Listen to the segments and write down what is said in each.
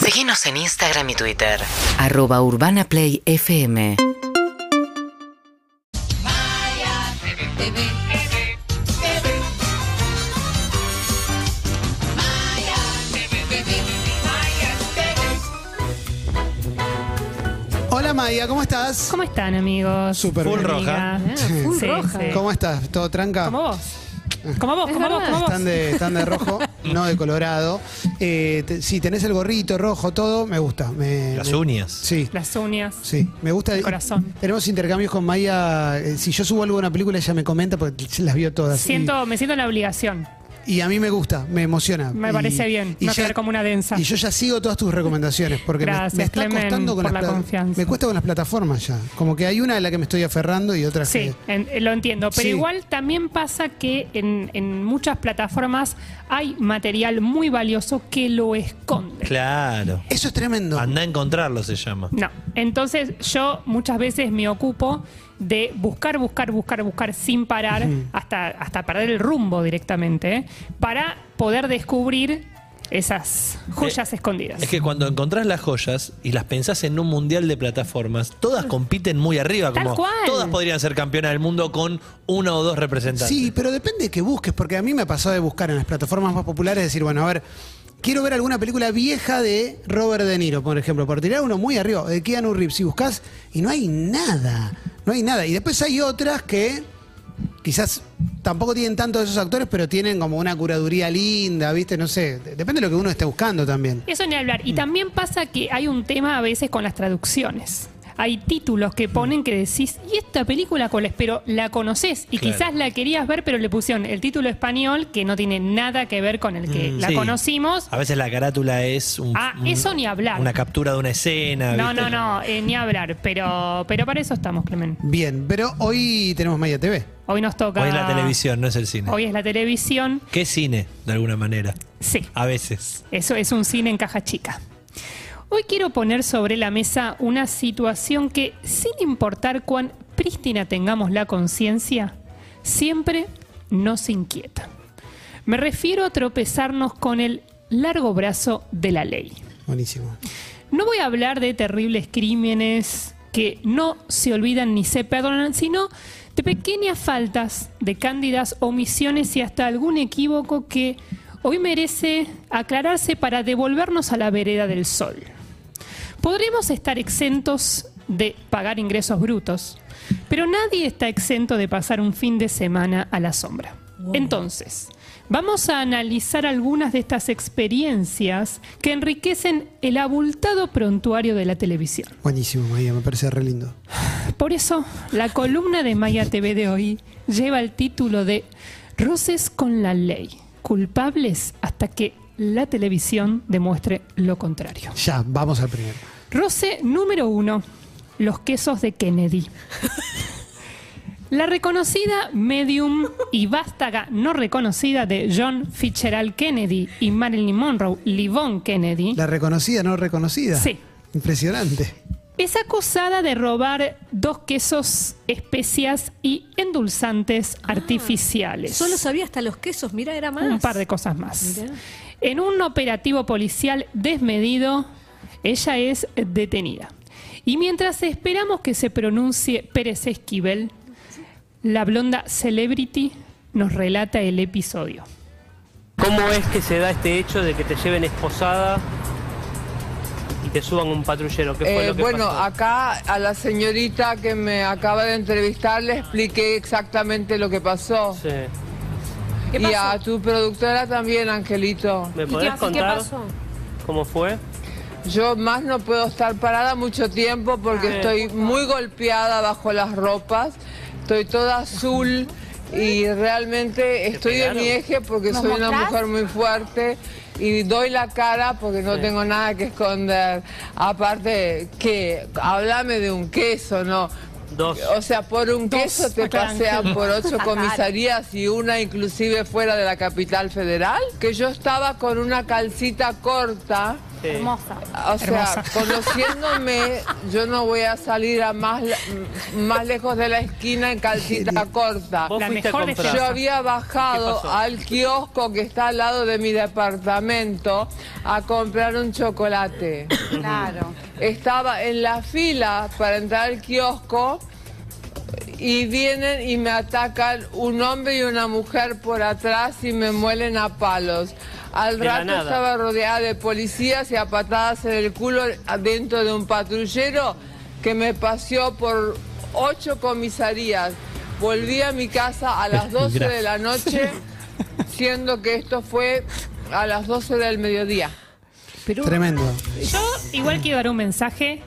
Seguinos en Instagram y Twitter. Arroba Urbana Play FM. Maya TV. Maya TV. Maya TV. Hola Maya, ¿cómo estás? ¿Cómo están, amigos? Súper Full bien. roja. Ah, full roja. ¿Cómo estás? ¿Todo tranca? Como vos. Como vos, Es como vos, verdad. como vos. Están de, están de rojo, no de colorado. Eh, te- si tenés el gorrito rojo, todo, me gusta. Me, Las me- uñas. Sí, Las uñas. sí, me gusta. El corazón. Tenemos intercambios con Maya. eh, Si yo subo algo de una película, ella me comenta porque se las vio todas. Siento, me siento en la obligación. Y, y a mí me gusta, me emociona. Me Y- parece bien. Y, no ya- quedar como una densa. y yo ya sigo todas tus recomendaciones porque me- me, Gracias, está Clemen, costando con por las la pla- confianza. Me cuesta con las plataformas ya. Como que hay una de la que me estoy aferrando y otra Sí, que. en- eh, lo entiendo. Pero Sí. igual también pasa que en, en muchas plataformas hay material muy valioso que lo esconde. Claro. Eso es tremendo. Anda a encontrarlo se llama. No. Entonces yo muchas veces me ocupo de buscar, buscar, buscar, buscar sin parar, hasta, hasta perder el rumbo directamente, ¿eh? para poder descubrir esas joyas Eh, escondidas. Es que cuando encontrás las joyas y las pensás en un mundial de plataformas, todas compiten muy arriba. Tal Como cual. todas podrían ser campeonas del mundo con una o dos representantes. Sí, pero depende de que busques, porque a mí me ha pasado de buscar en las plataformas más populares, decir, bueno, a ver, quiero ver alguna película vieja de Robert De Niro, por ejemplo, por tirar uno muy arriba, de Keanu Reeves, y buscas, y no hay nada, no hay nada. Y después hay otras que quizás tampoco tienen tanto de esos actores, pero tienen como una curaduría linda, ¿viste? No sé, de- depende de lo que uno esté buscando también. Eso ni hablar. Mm. Y también pasa que hay un tema a veces con las traducciones. Hay títulos Mm. que ponen que decís, ¿y esta película cuál es? Pero la conoces y Claro. quizás la querías ver, pero le pusieron el título español que no tiene nada que ver con el que la Mm, Sí. conocimos. A veces la carátula es un, Ah, un- eso ni hablar. una captura de una escena. No, ¿viste? no, no, eh, ni hablar, pero, pero para eso estamos, Clemen. Bien, pero hoy tenemos Maya TV. Hoy nos toca... Hoy es la televisión, no es el cine. Hoy es la televisión, ¿Qué cine, de alguna manera? sí. A veces. Eso es un cine en caja chica. Hoy quiero poner sobre la mesa una situación que, sin importar cuán prístina tengamos la conciencia, siempre nos inquieta. Me refiero a tropezarnos con el largo brazo de la ley. Buenísimo. No voy a hablar de terribles crímenes que no se olvidan ni se perdonan, sino de pequeñas faltas, de cándidas omisiones y hasta algún equívoco que hoy merece aclararse para devolvernos a la vereda del sol. Podremos estar exentos de pagar ingresos brutos, pero nadie está exento de pasar un fin de semana a la sombra. Entonces, vamos a analizar algunas de estas experiencias que enriquecen el abultado prontuario de la televisión. Buenísimo, Maya, me parece re lindo. Por eso, la columna de Maya TV de hoy lleva el título de Roces con la ley, culpables hasta que la televisión demuestre lo contrario. Ya, vamos al primero. Roce número uno, los quesos de Kennedy. La reconocida medium y vástaga no reconocida de John Fitzgerald Kennedy y Marilyn Monroe, Livon Kennedy, La reconocida, no reconocida. Sí. Impresionante. es acusada de robar dos quesos, especias y endulzantes artificiales. Ah, Solo sabía hasta los quesos, mira, era más. un par de cosas más. Mirá. En un operativo policial desmedido, ella es detenida. Y mientras esperamos que se pronuncie Pérez Esquivel, la blonda celebrity nos relata el episodio. ¿Cómo es que se da este hecho de que te lleven esposada y te suban un patrullero? ¿Qué fue Eh, lo que bueno, ah, pasó? acá a la señorita que me acaba de entrevistar le expliqué exactamente lo que pasó. Sí. ¿Qué Y pasó? a tu productora también, Angelito. ¿Me ¿Y qué- podés y qué contar pasó? cómo fue? Yo más no puedo estar parada mucho tiempo porque eh, Ah, estoy muy golpeada bajo las ropas. Estoy toda azul y realmente estoy en pegaron? mi eje porque ¿Nos soy una mostrás? mujer muy fuerte y doy la cara porque no Sí. tengo nada que esconder. Aparte, que háblame de un queso, ¿no? Dos. O sea, por un Dos, queso te aclaran. pasean por ocho comisarías y una inclusive fuera de la capital federal. Que yo estaba con una calcita corta Hermosa. O sea, Hermosa. conociéndome, yo no voy a salir a más, la- más lejos de la esquina en calcita corta. Vos La fuiste a mejor de comprar. Yo Plaza. había ¿Qué bajado pasó? al kiosco que está al lado de mi departamento a comprar un chocolate. Claro. Estaba en la fila para entrar al kiosco y vienen y me atacan un hombre y una mujer por atrás y me muelen a palos. Al De la rato nada. estaba rodeada de policías y a patadas en el culo dentro de un patrullero que me paseó por ocho comisarías. Volví a mi casa a las 12 de la noche, siendo que esto fue a las 12 del mediodía. Pero Tremendo. Yo igual quiero dar un mensaje,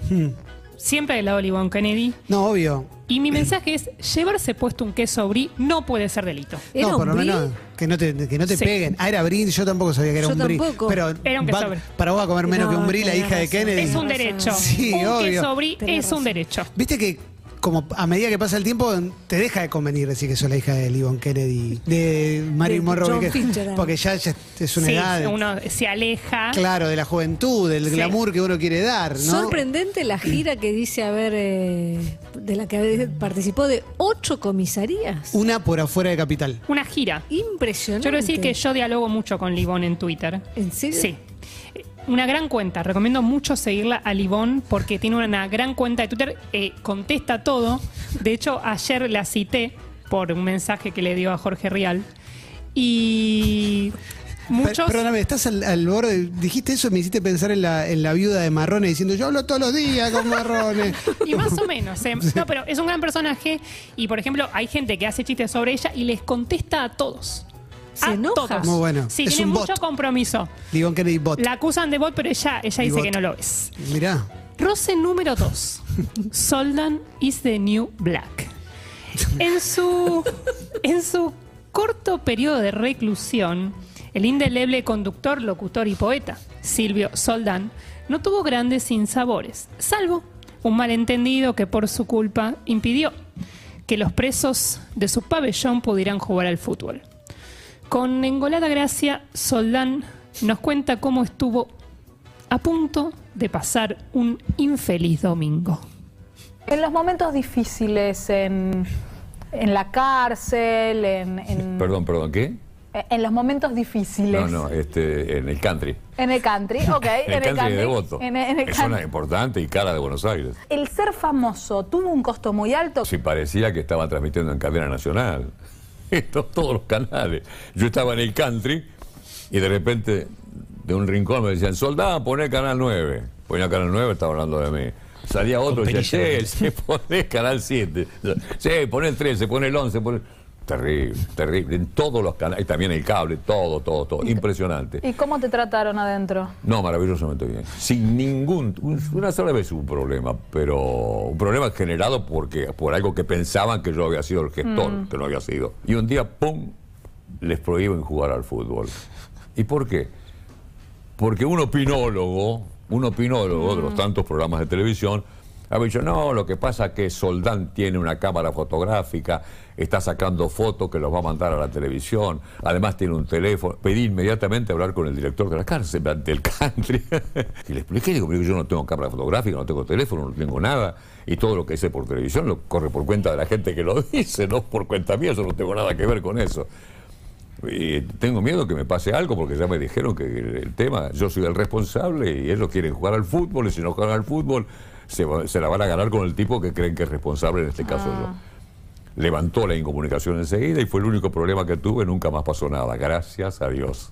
siempre del lado de Livon Kennedy. No, obvio. Y mi mensaje es, llevarse puesto un queso brie no puede ser delito. era no, por lo un brie, menos que no te, que no te Sí. peguen. Ah, era Brin, yo tampoco sabía que era Yo un Brin. tampoco. Pero Era un va- queso brie. para vos a comer menos No, que un Brin, la tenés hija de razón. Kennedy. Es un Tenés derecho. razón. Sí, un obvio. queso brie Tenés es un razón. derecho. Viste que como a medida que pasa el tiempo te deja de convenir decir que sos la hija de Livon Kennedy, de Marilyn De Monroe, John que- Fitzgerald. porque ya, ya es una Sí, edad, uno se aleja. claro, de la juventud, del Sí. glamour que uno quiere dar, ¿no? Sorprendente la gira que dice haber, eh, de la que participó de ocho comisarías. Una por afuera de capital. Una gira. Impresionante. Yo quiero decir que yo dialogo mucho con Livón en Twitter. ¿En serio? Sí. Eh, Una gran cuenta, recomiendo mucho seguirla a Livón porque tiene una gran cuenta de Twitter, eh, contesta todo. De hecho, ayer la cité por un mensaje que le dio a Jorge Rial. Y Per- muchos... Perdóname, estás al, al borde. Dijiste eso y me hiciste pensar en la, en la viuda de Marrones diciendo: Yo hablo todos los días con Marrones. Y más o menos. eh. No, pero es un gran personaje y, por ejemplo, hay gente que hace chistes sobre ella y les contesta a todos. Se a enoja. todos. Muy bueno. Sí, Es tiene un mucho bot. compromiso. Livon Kennedy Bot. La acusan de bot, pero ella, ella Y dice bot. que no lo es. Mirá. Roce número 2. Soldan is the new black. En su, en su corto periodo de reclusión, el indeleble conductor, locutor y poeta, Silvio Soldan, no tuvo grandes sinsabores, salvo un malentendido que por su culpa impidió que los presos de su pabellón pudieran jugar al fútbol. Con engolada gracia, Soldán nos cuenta cómo estuvo a punto de pasar un infeliz domingo. En los momentos difíciles, en, en la cárcel, en, en- Perdón, perdón, ¿qué? en los momentos difíciles. No, no, este, en el country. En el country, ok. En el country, de Devoto. En, el- en el Es country. zona importante y cara de Buenos Aires. El ser famoso tuvo un costo muy alto. Si parecía que estaba transmitiendo en cadena nacional. Esto, todos los canales. Yo estaba en el country y de repente de un rincón me decían, soldado, poné canal 9. Ponía canal 9, estaba hablando de mí. Salía otro y perilla. decía, sí, sí, poné canal 7. Sí, poné el 13, poné el 11, poné... Terrible, terrible. En todos los canales, también el cable, todo, todo, todo. Impresionante. ¿Y cómo te trataron adentro? No, maravillosamente bien. Sin ningún. un- Una sola vez hubo un problema, pero un problema generado porque por algo que pensaban que yo había sido el gestor, Mm. que no había sido. Y un día, ¡pum! les prohíben jugar al fútbol. ¿Y por qué? Porque un opinólogo, un opinólogo de Mm. los tantos programas de televisión, había dicho, no, lo que pasa es que Soldán tiene una cámara fotográfica, está sacando fotos que los va a mandar a la televisión, además tiene un teléfono. Pedí inmediatamente hablar con el director de la cárcel, del country. y le expliqué, digo, "Mire, yo no tengo cámara fotográfica, no tengo teléfono, no tengo nada, y todo lo que hice por televisión lo corre por cuenta de la gente que lo dice, no por cuenta mía, yo no tengo nada que ver con eso. Y tengo miedo que me pase algo porque ya me dijeron que el, el tema, yo soy el responsable y ellos quieren jugar al fútbol y si no juegan al fútbol se, va- se la van a ganar con el tipo que creen que es responsable, en este caso yo. Levantó la incomunicación enseguida y fue el único problema que tuve, nunca más pasó nada, gracias a Dios.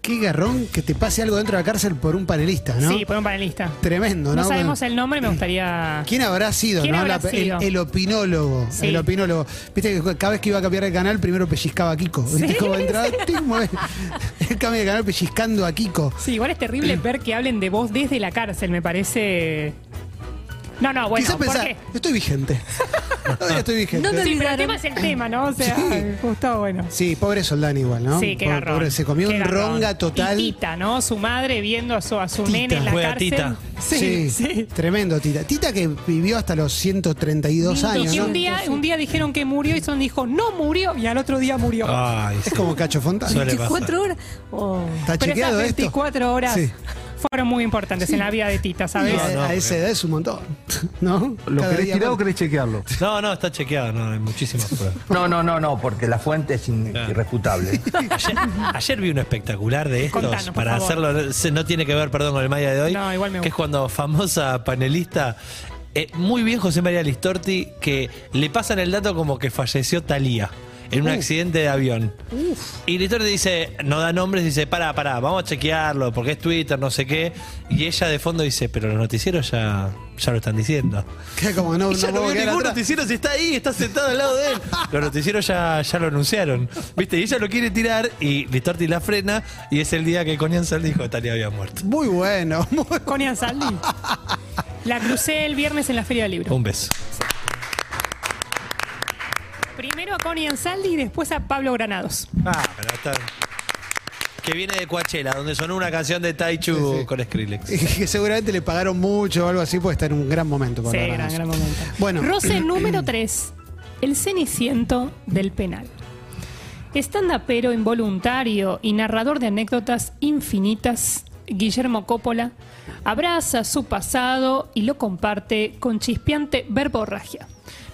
Qué garrón que te pase algo dentro de la cárcel por un panelista, ¿no? Sí, por un panelista. Tremendo, No, ¿no? sabemos el nombre, me gustaría... ¿Quién habrá sido, ¿Quién no? habrá La- el- sido? El, opinólogo. Sí. El opinólogo. Viste que cada vez que iba a cambiar el canal, primero pellizcaba a Kiko. ¿Viste cómo entraba? Ting, mueve. Él cambia de canal pellizcando a Kiko. Sí, igual es terrible ver que hablen de vos desde la cárcel, me parece... No, no, bueno, Quizás ¿por pensás, qué? estoy vigente. Todavía estoy vigente. No te- Sí, pero el olvidaron. tema es el tema, ¿no? O sea, Sí. justo bueno. Sí, pobre Soldán igual, ¿no? Sí, qué Pobre- garrón. pobre, se comió qué un garrón. ronga total. Y Tita, ¿no? Su madre viendo a su, a su Tita. nene en la Juega cárcel. Tita. Sí, sí. Tremendo, Tita. Tita que vivió hasta los 132 años, Y ¿no? un día, un día dijeron que murió y Son dijo, no murió, y al otro día murió. Ay, Es como Cacho Fontana. Suele- ¿Cuatro horas? Oh. Pero ¿Está esas chequeado esto? 24 horas Sí. fueron fueron muy importantes en la vida de Tita, ¿sabes? Y a, a esa edad es un montón, ¿no? ¿Lo Cada querés día tirar o más. querés chequearlo? No, no, está chequeado, no, hay muchísimas pruebas. No, no, no, no, porque la fuente es in- irrefutable. Ayer, ayer vi uno espectacular de estos Contanos, por para favor. hacerlo. se- No tiene que ver, perdón, con el Maya de hoy. No, igual me Que es cuando famosa panelista. eh, muy bien José María Listorti, que le pasan el dato como que falleció Talía en Uh. un accidente de avión. Y Listorti dice, no da nombres, dice, para, para, vamos a chequearlo, porque es Twitter, no sé qué. Y ella de fondo dice, pero los noticieros ya, ya lo están diciendo. Que como no, Y ya no no puedo vio quedar ningún atrás. noticiero, si está ahí, está sentado al lado de él. Los noticieros ya, ya lo anunciaron. ¿Viste? Y ella lo quiere tirar y Listorti la frena. Y es el día que Coniansal dijo que Talía había muerto. Muy bueno. muy- Con Ian Saldi. La crucé el viernes en la Feria del Libro. Un beso. Primero a Connie Ansaldi y después a Pablo Granados. Ah, pero está. Que viene de Coachella, donde sonó una canción de Taichu con Skrillex. Y que seguramente le pagaron mucho o algo así, porque está en un gran momento. por Sí, la verdad. gran, gran momento. Bueno, Roce número 3. El ceniciento del penal. Estandapero involuntario y narrador de anécdotas infinitas, Guillermo Coppola abraza su pasado y lo comparte con chispeante verborragia.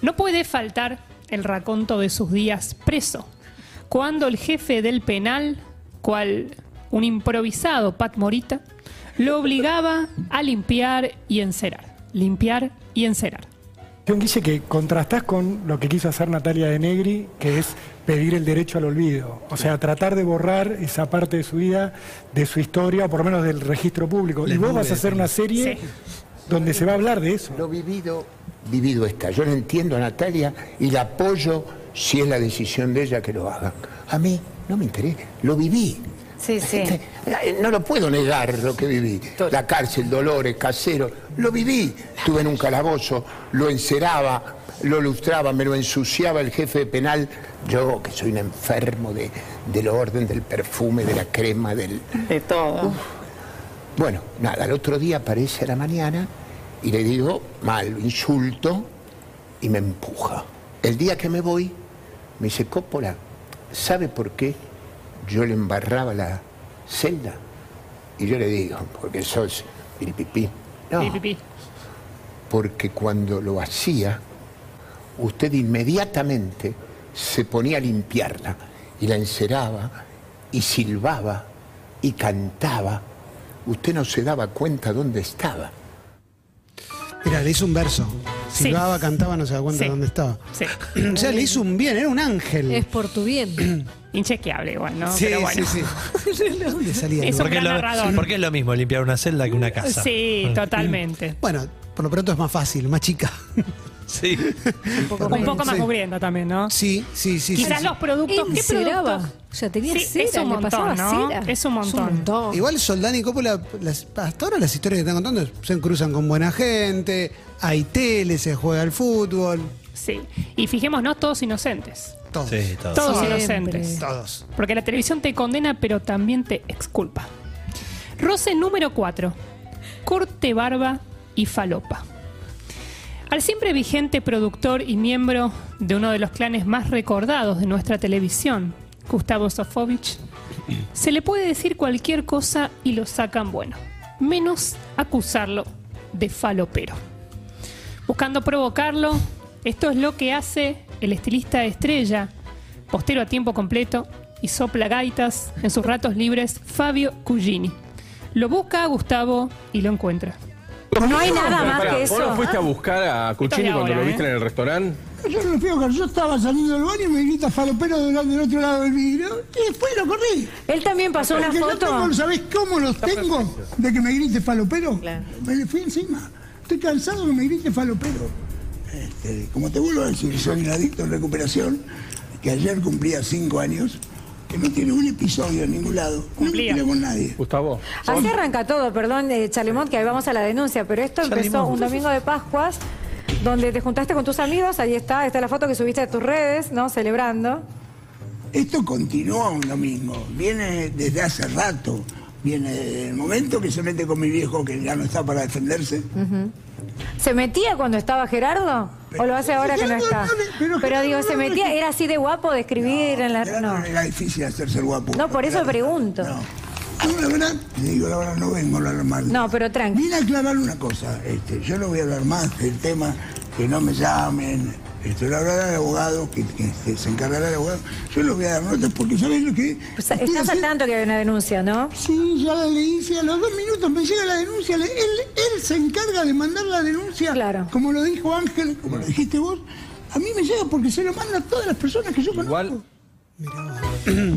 No puede faltar el raconto de sus días preso, cuando el jefe del penal, cual un improvisado Pat Morita, lo obligaba a limpiar y encerar. Limpiar y encerar. John Guille, que contrastás con lo que quiso hacer Natalia de Negri, que es pedir el derecho al olvido. O sea, tratar de borrar esa parte de su vida, de su historia, o por lo menos del registro público. Les y vos nubes, vas a hacer una serie donde se va a hablar de eso. Lo vivido, vivido está. Yo la entiendo a Natalia y la apoyo si es la decisión de ella que lo hagan. A mí no me interesa, lo viví. Sí, sí. No lo puedo negar lo que viví. La cárcel, dolores, casero, lo viví. Estuve en un calabozo, lo enceraba, lo lustraba, me lo ensuciaba el jefe de penal. Yo, que soy un enfermo de, del orden, del perfume, de la crema, del... De todo. Bueno, nada, el otro día aparece a la mañana y le digo mal, lo insulto y me empuja. El día que me voy, me dice, Coppola, ¿sabe por qué yo le embarraba la celda? Y yo le digo, porque sos piripipí. No, Pipipí. porque cuando lo hacía, usted inmediatamente se ponía a limpiarla y la enceraba y silbaba y cantaba. Usted no se daba cuenta dónde estaba. Mira, le hizo un verso. Sí. Silbaba, cantaba, no se da cuenta Sí. dónde estaba. Sí. O sea, le hizo un bien, era un ángel. Es por tu bien. Inchequeable igual, ¿no? Sí, Pero bueno. sí, ¿Dónde salía? Es un porque, gran lo- narrador. porque es lo mismo limpiar una celda que una casa. Mm. Sí, totalmente. Bueno, por lo pronto es más fácil, más chica. Sí. Un poco, Perdón. más Sí. cubriendo también, ¿no? Sí, sí, sí. Quizás sí, sí. los productos. ¿Qué Enceraba. productos? O sea, tenía Sí, cera, es un le pasaba montón, ¿no? cera. Es un montón. Igual Soldán y Coppola, las- hasta ahora las historias que están contando se cruzan con buena gente, hay tele, se juega al fútbol, Sí. Y fijémonos, todos inocentes. todos. Sí, todos. Todos Siempre. inocentes. Todos. Porque la televisión te condena, pero también te exculpa. Roce número 4. Corte, barba y falopa. Al siempre vigente productor y miembro de uno de los clanes más recordados de nuestra televisión, Gustavo Sofovich, se le puede decir cualquier cosa y lo sacan bueno, menos acusarlo de falopero. Buscando provocarlo, esto es lo que hace el estilista estrella, postero a tiempo completo y sopla gaitas en sus ratos libres, Fabio Cugini. Lo busca a Gustavo y lo encuentra. No hay nada más que ¿Vos eso. no fuiste a buscar a Esto es Cuchini de cuando ahora, lo viste ¿eh? en el restaurante? Yo no fui a buscar, yo estaba saliendo del baño y me grita falopero del, del otro lado del vidrio y después lo corrí. Él también pasó una Porque yo foto. tengo- ¿Sabés cómo los tengo de que me grite falopero? Me le fui encima. Estoy cansado de que me grite falopero. Este, como te vuelvo a decir, soy un adicto en recuperación que ayer cumplía cinco años, que no tiene un episodio en ningún lado. No me peleo con nadie. Gustavo. Así arranca todo, perdón, eh, Chalemont, que ahí vamos a la denuncia, pero esto empezó Chalemont. un domingo de Pascuas, donde te juntaste con tus amigos, ahí está, está la foto que subiste a tus redes, ¿no? Celebrando. Esto continúa un domingo, viene desde hace rato, viene el momento que se mete con mi viejo que ya no está para defenderse. Ujú. ¿Se metía cuando estaba Gerardo? ¿O lo hace ahora que no está? Pero digo, ¿se metía? ¿Era así de guapo de escribir en la.? Era difícil hacerse el guapo. No, por eso pregunto. No, la verdad, te digo la verdad, no vengo a hablar mal. No, pero tranqui. Vine a aclarar una cosa. Este, yo no voy a hablar más del tema, que no me llamen. Esto lo hablará el abogado, que, que, este, se encargará el abogado. Yo no voy a dar notas porque sabes lo que. O sea, pues, estás al tanto que hay una denuncia, ¿no? Sí, ya la leí, sí, a los dos minutos me llega la denuncia. le- Él, él se encarga de mandar la ah, denuncia. Claro. Como lo dijo Ángel, como lo dijiste vos. A mí me llega porque se lo manda a todas las personas que yo conozco.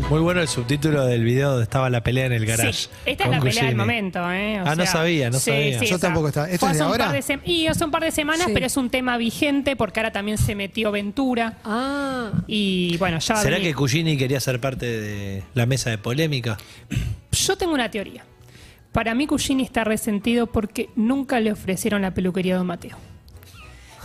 Muy bueno el subtítulo del video donde estaba la pelea en el garage. Sí, esta es con la pelea Cugini. del momento, ¿eh? Ah, no sabía, no sabía. Yo tampoco estaba. ¿Esto Fue es de hace un par ahora? sem- y hace un par de semanas, Sí. pero es un tema vigente porque ahora también se metió Ventura. Ah. Y bueno, ya. ¿Será vi- que Cugini quería ser parte de la mesa de polémica? Yo tengo una teoría. Para mí, Cugini está resentido porque nunca le ofrecieron la peluquería de Don Mateo.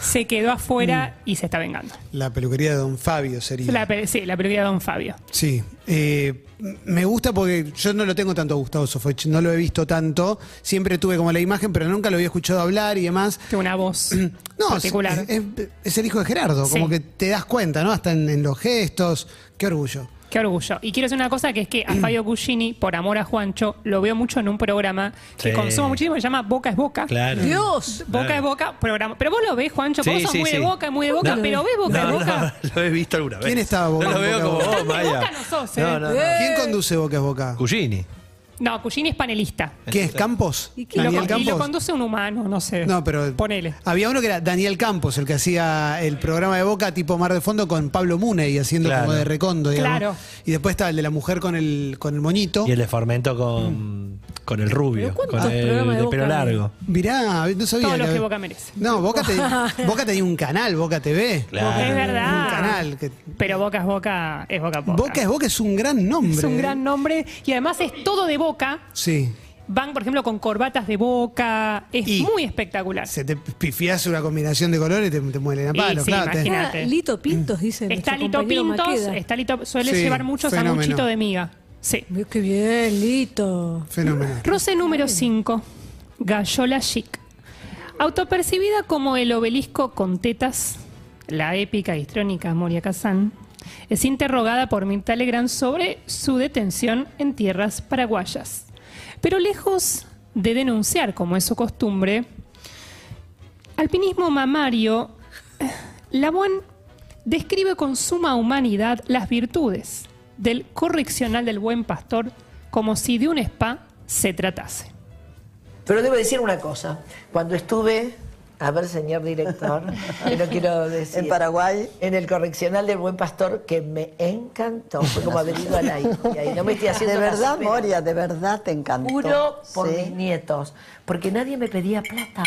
Se quedó afuera Mm. y se está vengando. La peluquería de Don Fabio sería. La pe- sí, la peluquería de Don Fabio. Sí, eh, m- me gusta porque yo no lo tengo tanto a Gustavo Sofovich, no lo he visto tanto, siempre tuve como la imagen, pero nunca lo había escuchado hablar y demás. Tiene una voz no, es- particular. Es, es el hijo de Gerardo, como Sí. que te das cuenta, ¿no? Hasta en, en los gestos, qué orgullo. Qué orgullo. Y quiero decir una cosa que es que a Fabio Cugini, por amor a Juancho, lo veo mucho en un programa que Sí. consumo muchísimo, que se llama Boca es Boca. Claro. Dios. Boca Claro. es Boca, programa. Pero vos lo ves, Juancho, vos sos muy de Boca, muy de Boca, No, pero ves Boca no, es Boca. no, lo he visto alguna vez. ¿Quién estaba Boca No lo en veo Boca como Boca? vos, Maya. Boca no sos, ¿eh? No, no, no. ¿Quién conduce Boca es Boca? Cugini. No, Cugini es panelista. ¿Quién es Campos? Y lo, ¿Daniel con- y lo Campos? conduce un humano, no sé. No, pero Ponele. había uno que era Daniel Campos, el que hacía el programa de Boca tipo Mar de Fondo con Pablo Muney haciendo Claro. como de recondo, digamos. Claro. Y después está el de la mujer con el con el moñito. Y el de Formento con, Mm. con el rubio, cuántos con el programas de de Boca pelo hay? largo. Mirá, no sabía. Todos los que- que Boca merece. No, Boca, te- Boca tenía un canal, Boca TV. Claro. Es verdad. Un canal. que- Pero Boca es Boca, es Boca Boca. Boca es Boca es un gran nombre. Es un gran nombre y además es todo de Boca. Sí. Van, por ejemplo, con corbatas de Boca. Es muy espectacular. Se te pifiás una combinación de colores y te, te muelen a Y palo, sí, claro. te- imagínate. Ah, Lito Pintos, dice Está nuestro Lito compañero Pintos, Maqueda. está Lito, suele Sí, llevar mucho fenómeno. sanguchito de miga. Sí. Qué bien, Lito. Fenomenal. Roce número 5. Gallola Chic. Autopercibida como el obelisco con tetas, la épica histrónica Moria Kazán es interrogada por Mirta Legrand sobre su detención en tierras paraguayas. Pero lejos de denunciar, como es su costumbre, alpinismo mamario, Labuan describe con suma humanidad las virtudes del correccional del buen pastor como si de un spa se tratase. Pero debo decir una cosa. Cuando estuve, a ver, señor director, que no quiero decir. En Paraguay. En el correccional del Buen Pastor, que me encantó. Fue como haber ido a la India. Y no me estoy haciendo De verdad, caso, pero Moria, de verdad te encantó. Juro por Sí. mis nietos, porque nadie me pedía plata.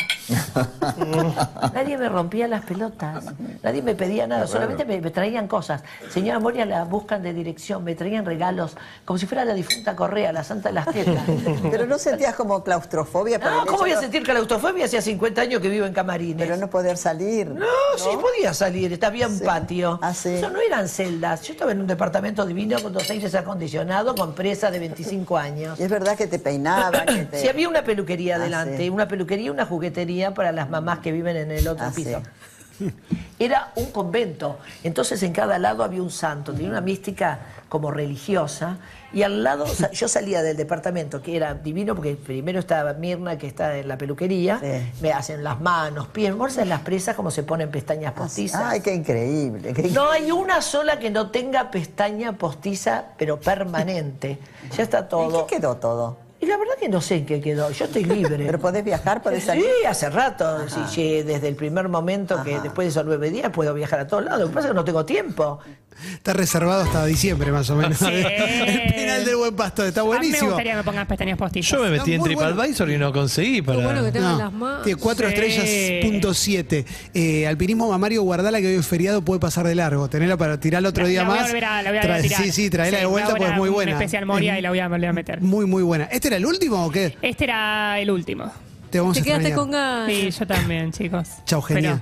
nadie me rompía las pelotas. Nadie me pedía nada. Qué raro. Solamente me, me traían cosas. Señora Moria la buscan de dirección, me traían regalos, como si fuera la difunta Correa, la santa de las tetas. Pero no sentías como claustrofobia. por el No, hecho ¿cómo voy a de- sentir claustrofobia si hace 50 años que vivo en camarines? Pero no poder salir. No, sí, podía salir, estaba en patio. Ah, Eso no eran celdas. Yo estaba en un departamento divino con dos aires acondicionados, con presa de 25 años. Y es verdad que te peinaba, que te... Sí, había una peluquería Ah, adelante, sí. una peluquería y una juguetería para las mamás que viven en el Ah, otro piso. Era un convento, entonces en cada lado había un santo, tenía una mística como religiosa, y al lado, sa- yo salía del departamento, que era divino, porque primero estaba Mirna, que está en la peluquería, me hacen las manos, pies, me hacen las presas como se ponen pestañas postizas. Ah, Ay, qué increíble. qué No hay una sola que no tenga pestaña postiza, pero permanente. Ya está todo. ¿En qué quedó todo? Y la verdad que no sé en qué quedó. Yo estoy libre. ¿Pero podés viajar? ¿Podés salir? Sí, hace rato. Sí, sí, desde el primer momento que después de esos nueve días puedo viajar a todos lados. Lo que pasa es que no tengo tiempo. Está reservado hasta diciembre más o menos. Sí. El penal del buen pastor, está A mí me Ah, buenísimo. gustaría que me pongas pestañas postizas. Yo me metí en TripAdvisor y no conseguí para. No, Tiene cuatro Sí. estrellas punto siete. Eh, alpinismo mamario, guardala que hoy es feriado, puede pasar de largo. Tenerla para tirarla otro La- día la voy a más. volver a- la voy a Trae- tirar. sí, sí, traela Sí, de vuelta ahora porque es muy un buena. especial Moria Es y la voy a volver a meter. Muy, muy buena. ¿Este era el último o qué? Este era el último. Te vamos a extrañar. Ah, ganas. Sí, yo también, chicos. Chau, genia.